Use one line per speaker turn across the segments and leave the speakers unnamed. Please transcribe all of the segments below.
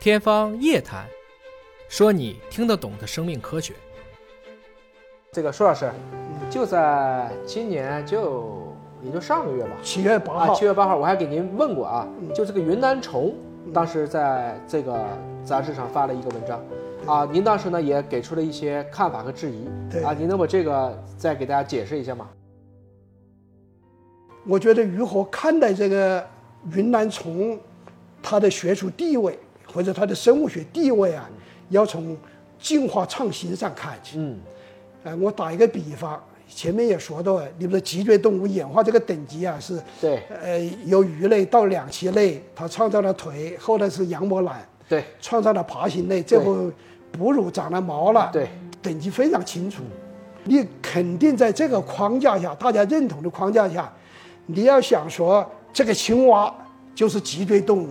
天方夜谭，说你听得懂的生命科学。这个硕老师，嗯就在今年就也就上个月吧，
七月八
啊，
号
七，月八号我还给您问过啊，
哦嗯
就这个云南虫，当时在这个杂志上发了一个文章，啊，您当时呢也给出了一些看法和质疑，
嗯对
啊，您能把这个再给大家解释一下吗？
我觉得如何看待这个云南虫，它的学术地位或者它的生物学地位啊，要从进化创新上看起。
嗯，
呃，我打一个比方，前面也说到了，你们的脊椎动物演化这个等级啊是，
对
呃，由鱼类到两栖类，它创造了腿，后来是羊膜蚻，
对
创造了爬行类，最后哺乳长了毛了，
对，
等级非常清楚。你肯定在这个框架下，大家认同的框架下，你要想说这个青蛙就是脊椎动物，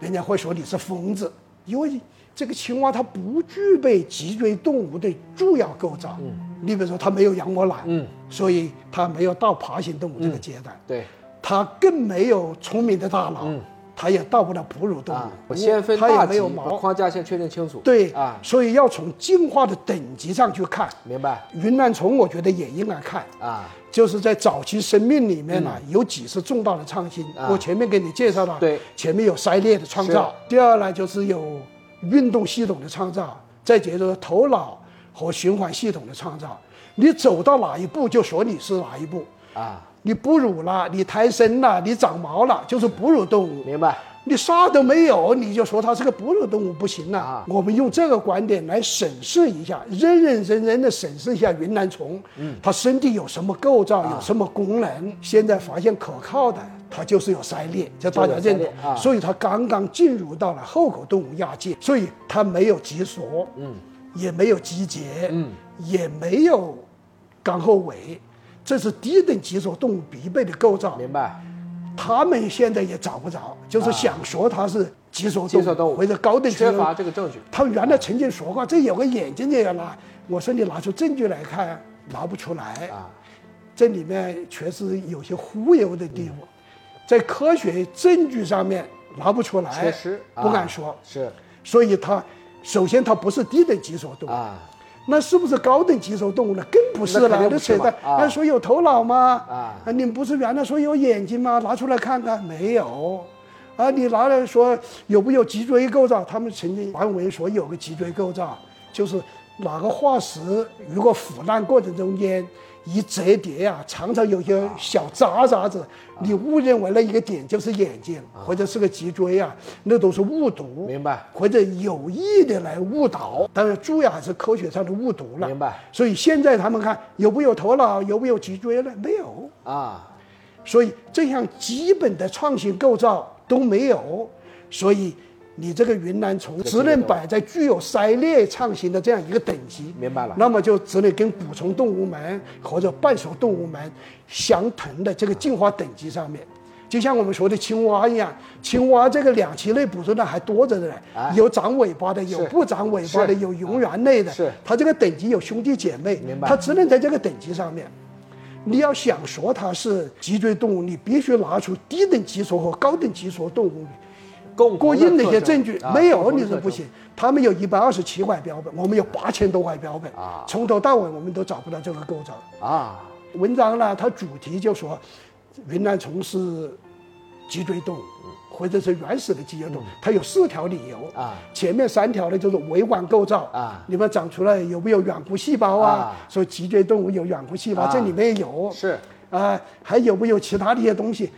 人家会说你是疯子，因为这个青蛙它不具备脊椎动物的主要构造。你比如说它没有羊膜蚻，
嗯
所以它没有到爬行动物这个阶段，
对
它更没有聪明的大脑，它也到不了哺乳动物，
嗯啊，我先分
嗯它
大
也
级
没有，
把
毛。
框架先确定清楚。
对
啊，
所以要从进化的等级上去看。
明白
云南虫，我觉得也应该看，
啊，
就是在早期生命里面呢、啊有几次重大的创新。
嗯啊
我前面给你介绍了，
对，
前面有筛裂的创造，第二呢就是有运动系统的创造，再接着头脑和循环系统的创造。你走到哪一步，就说你是哪一步。
啊，
你哺乳了，你胎生了，你长毛了，就是哺乳动物。
明白
你啥都没有，你就说它是个哺乳动物不行了、
啊
我们用这个观点来审视一下，认认真真的审视一下云南虫，它身体有什么构造，有什么功能？现在发现可靠的，它就是有鳃裂，这大家认
就有
同
鳃裂、啊
所以它刚刚进入到了后口动物亚界，所以它没有脊索，嗯，也没有脊节，嗯，也没有肛后尾，这是低等脊索动物必备的构造。
明白，
他们现在也找不着，就是想说它是脊索
脊
动
索
物
啊动物
或者高等脊
缺
索
乏这个证据。
他原来曾经说过，这有个眼睛也要拿，我说你拿出证据来看，拿不出来
啊。
这里面确实有些忽悠的地方，
嗯
在科学证据上面拿不出来，
缺失啊
不敢说。
是
所以它首先它不是低等脊索动物，
啊，
那是不是高等脊索动物呢？更不是
那肯定，
了
不
那
是
扯
嘛
淡。
啊
那说有头脑吗？
啊
啊，你不是原来说有眼睛吗？拿出来看看，没有。啊，你拿来说有没有脊椎构造？他们曾经传闻说有个脊椎构造，就是哪个化石如果腐烂过程中间一折叠啊，常常有些小渣渣
啊
子，你误认为那一个点就是眼睛或者是个脊椎啊，那都是误读。
明白
或者有意的来误导，当然注意还是科学上的误读了。
明白
所以现在他们看有没有头脑，有没有脊椎了？没有。
啊，
所以这项基本的创新构造都没有，所以你这个云南虫只能摆在具有筛裂创新的这样一个等级。
明白了
那么就只能跟捕虫动物门或者半熟动物门相同的这个进化等级上面。就像我们说的青蛙一样，青蛙这个两栖类捕虫的还多着的呢，
哎
有长尾巴的，有
是
不长尾巴的，
是嗯
有蝾螈类的，
是
它这个等级有兄弟姐妹
明，白
它只能在这个等级上面。你要想说它是脊椎动物，你必须拿出低等脊索和高等脊索动物
共
过硬的一些证据，
啊
没有你是
是
不行。他们有一百二十七块标本，我们有八千多块标本
啊，
从头到尾我们都找不到这个构造。
啊，
文章呢，它主题就说云南虫是脊椎动物，
嗯
或者是原始的脊椎动物，它有四条理由
啊。
前面三条呢就是微管构造
啊
里面长出来有没有软骨细胞啊
啊？
说脊椎动物有软骨细胞，
啊
这里面有。
是
啊，还有没有其他的一些东西，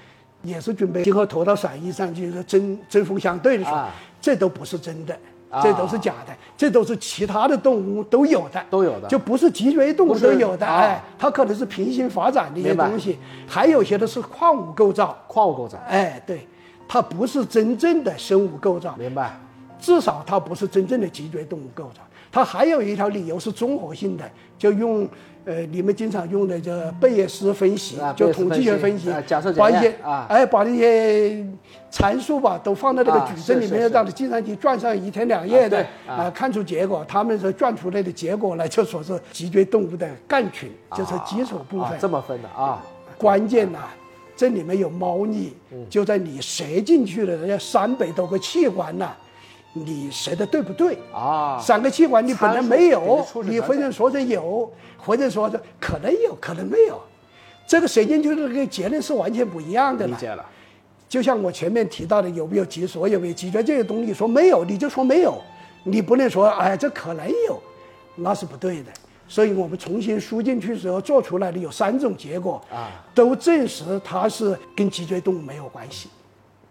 也是准备今后投到散役上去针针锋相对的说，
啊
这都不是真的
啊。
这都是假的，这都是其他的动物都有的，
都有的
就不是脊椎动
不
物
是
都有的，
啊
哎，它可能是平行发展的一些
明白
东西，还有一些的是矿物构造，
矿物构造，
哎，对，它不是真正的生物构造，
明白
至少它不是真正的脊椎动物构造，它还有一条理由是综合性的，就用呃你们经常用的这贝叶斯分析，
啊
就统
贝
计学
叶
分
斯分析
析，
啊假设
把
检
一些
验啊
哎把那些参数吧都放到那个
啊
矩阵里
是是
面，
是
让它计算机转上一天两夜的
啊对啊
看出结果，他们所转出来的结果呢，就说是脊椎动物的干群，就是基础部
啊
分，。
这么分的啊，
关键呐、这嗯里面有猫腻，就在你塞进去的那三百多个器官呐、你写的对不对？
啊，
三个器官你本来没
参数给
有
它出，示
你
完
回诊说是有，回诊说是可能有，可能没有，这个谁研究的这个结论是完全不一样的
理
了。
解了。
就像我前面提到的，有没有脊索，有没有脊椎这些东西，说没有你就说没有，你不能说哎这可能有，那是不对的。所以我们重新输进去之后做出来的有三种结果
啊，
都证实它是跟脊椎动物没有关系。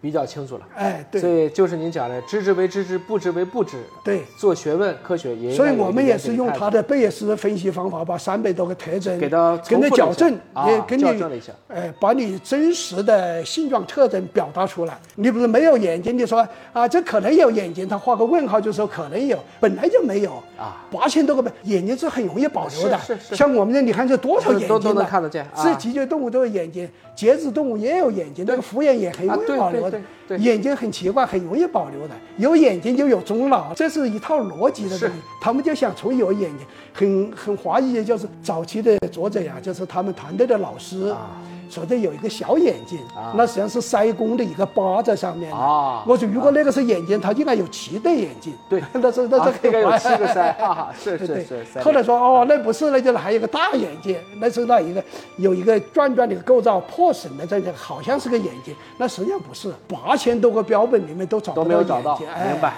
比较清楚了。
哎，对
所以就是您讲的“知之为知之，不知为不知
对”，。
做学问科学也应该
所以
有一个
我们也
严谨
是用
态度
他的贝叶斯的分析方法，把三百多个特征
给它
跟
重复了
着
一下
矫正，
啊
也跟你
校正了一下
哎，把你真实的性状特征表达出来。你不是没有眼睛，你说啊，这可能有眼睛，他画个问号就说可能有，本来就没有
啊。
八千多个本眼睛是很容易保留的，
是是是
像我们这你看这多少眼睛
都都
呢
能看得见啊
是脊椎动物都有眼睛，节肢动物也有眼睛，那个复眼也很容
啊
易
对
保留
对
的
对对。
眼睛很奇怪，很容易保留的。有眼睛就有终老，这是一套逻辑的
是
东西。他们就想从有眼睛，很很怀疑的就是早期的作者呀，就是他们团队的老师。
啊
说这有一个小眼睛，
啊
那实际上是腮弓的一个疤在上面的。
啊
我说如果那个是眼睛，它应该有七对眼睛。
对
那是那
啊
这
应该
以
有
怀疑
七个腮啊，是
对
是
对
是。，腮
后来
裂
说哦，那不是，那就是还有一个大眼睛，那是那一个有一个转转的构造破损的这个，好像是个眼睛，那实际上不是。八千多个标本里面都找
都
不到
没有找到，
眼睛哎、
明白？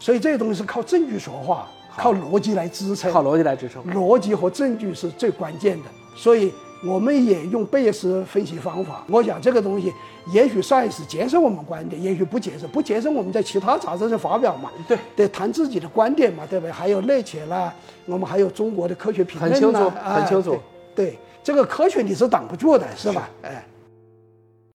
所以这个东西是靠证据说话，靠逻辑来支 撑，
靠逻辑来支撑。
逻辑和证据是最关键的。所以我们也用贝叶斯分析方法。我想这个东西，也许上一次接受我们观点，也许不接受，不接受我们在其他杂志上发表嘛。
对，
得谈自己的观点嘛，对不对？还有内切啦，我们还有中国的科学评论啦
很清楚
哎
很清楚
对对这个科学你是挡不住的，是吧？哎，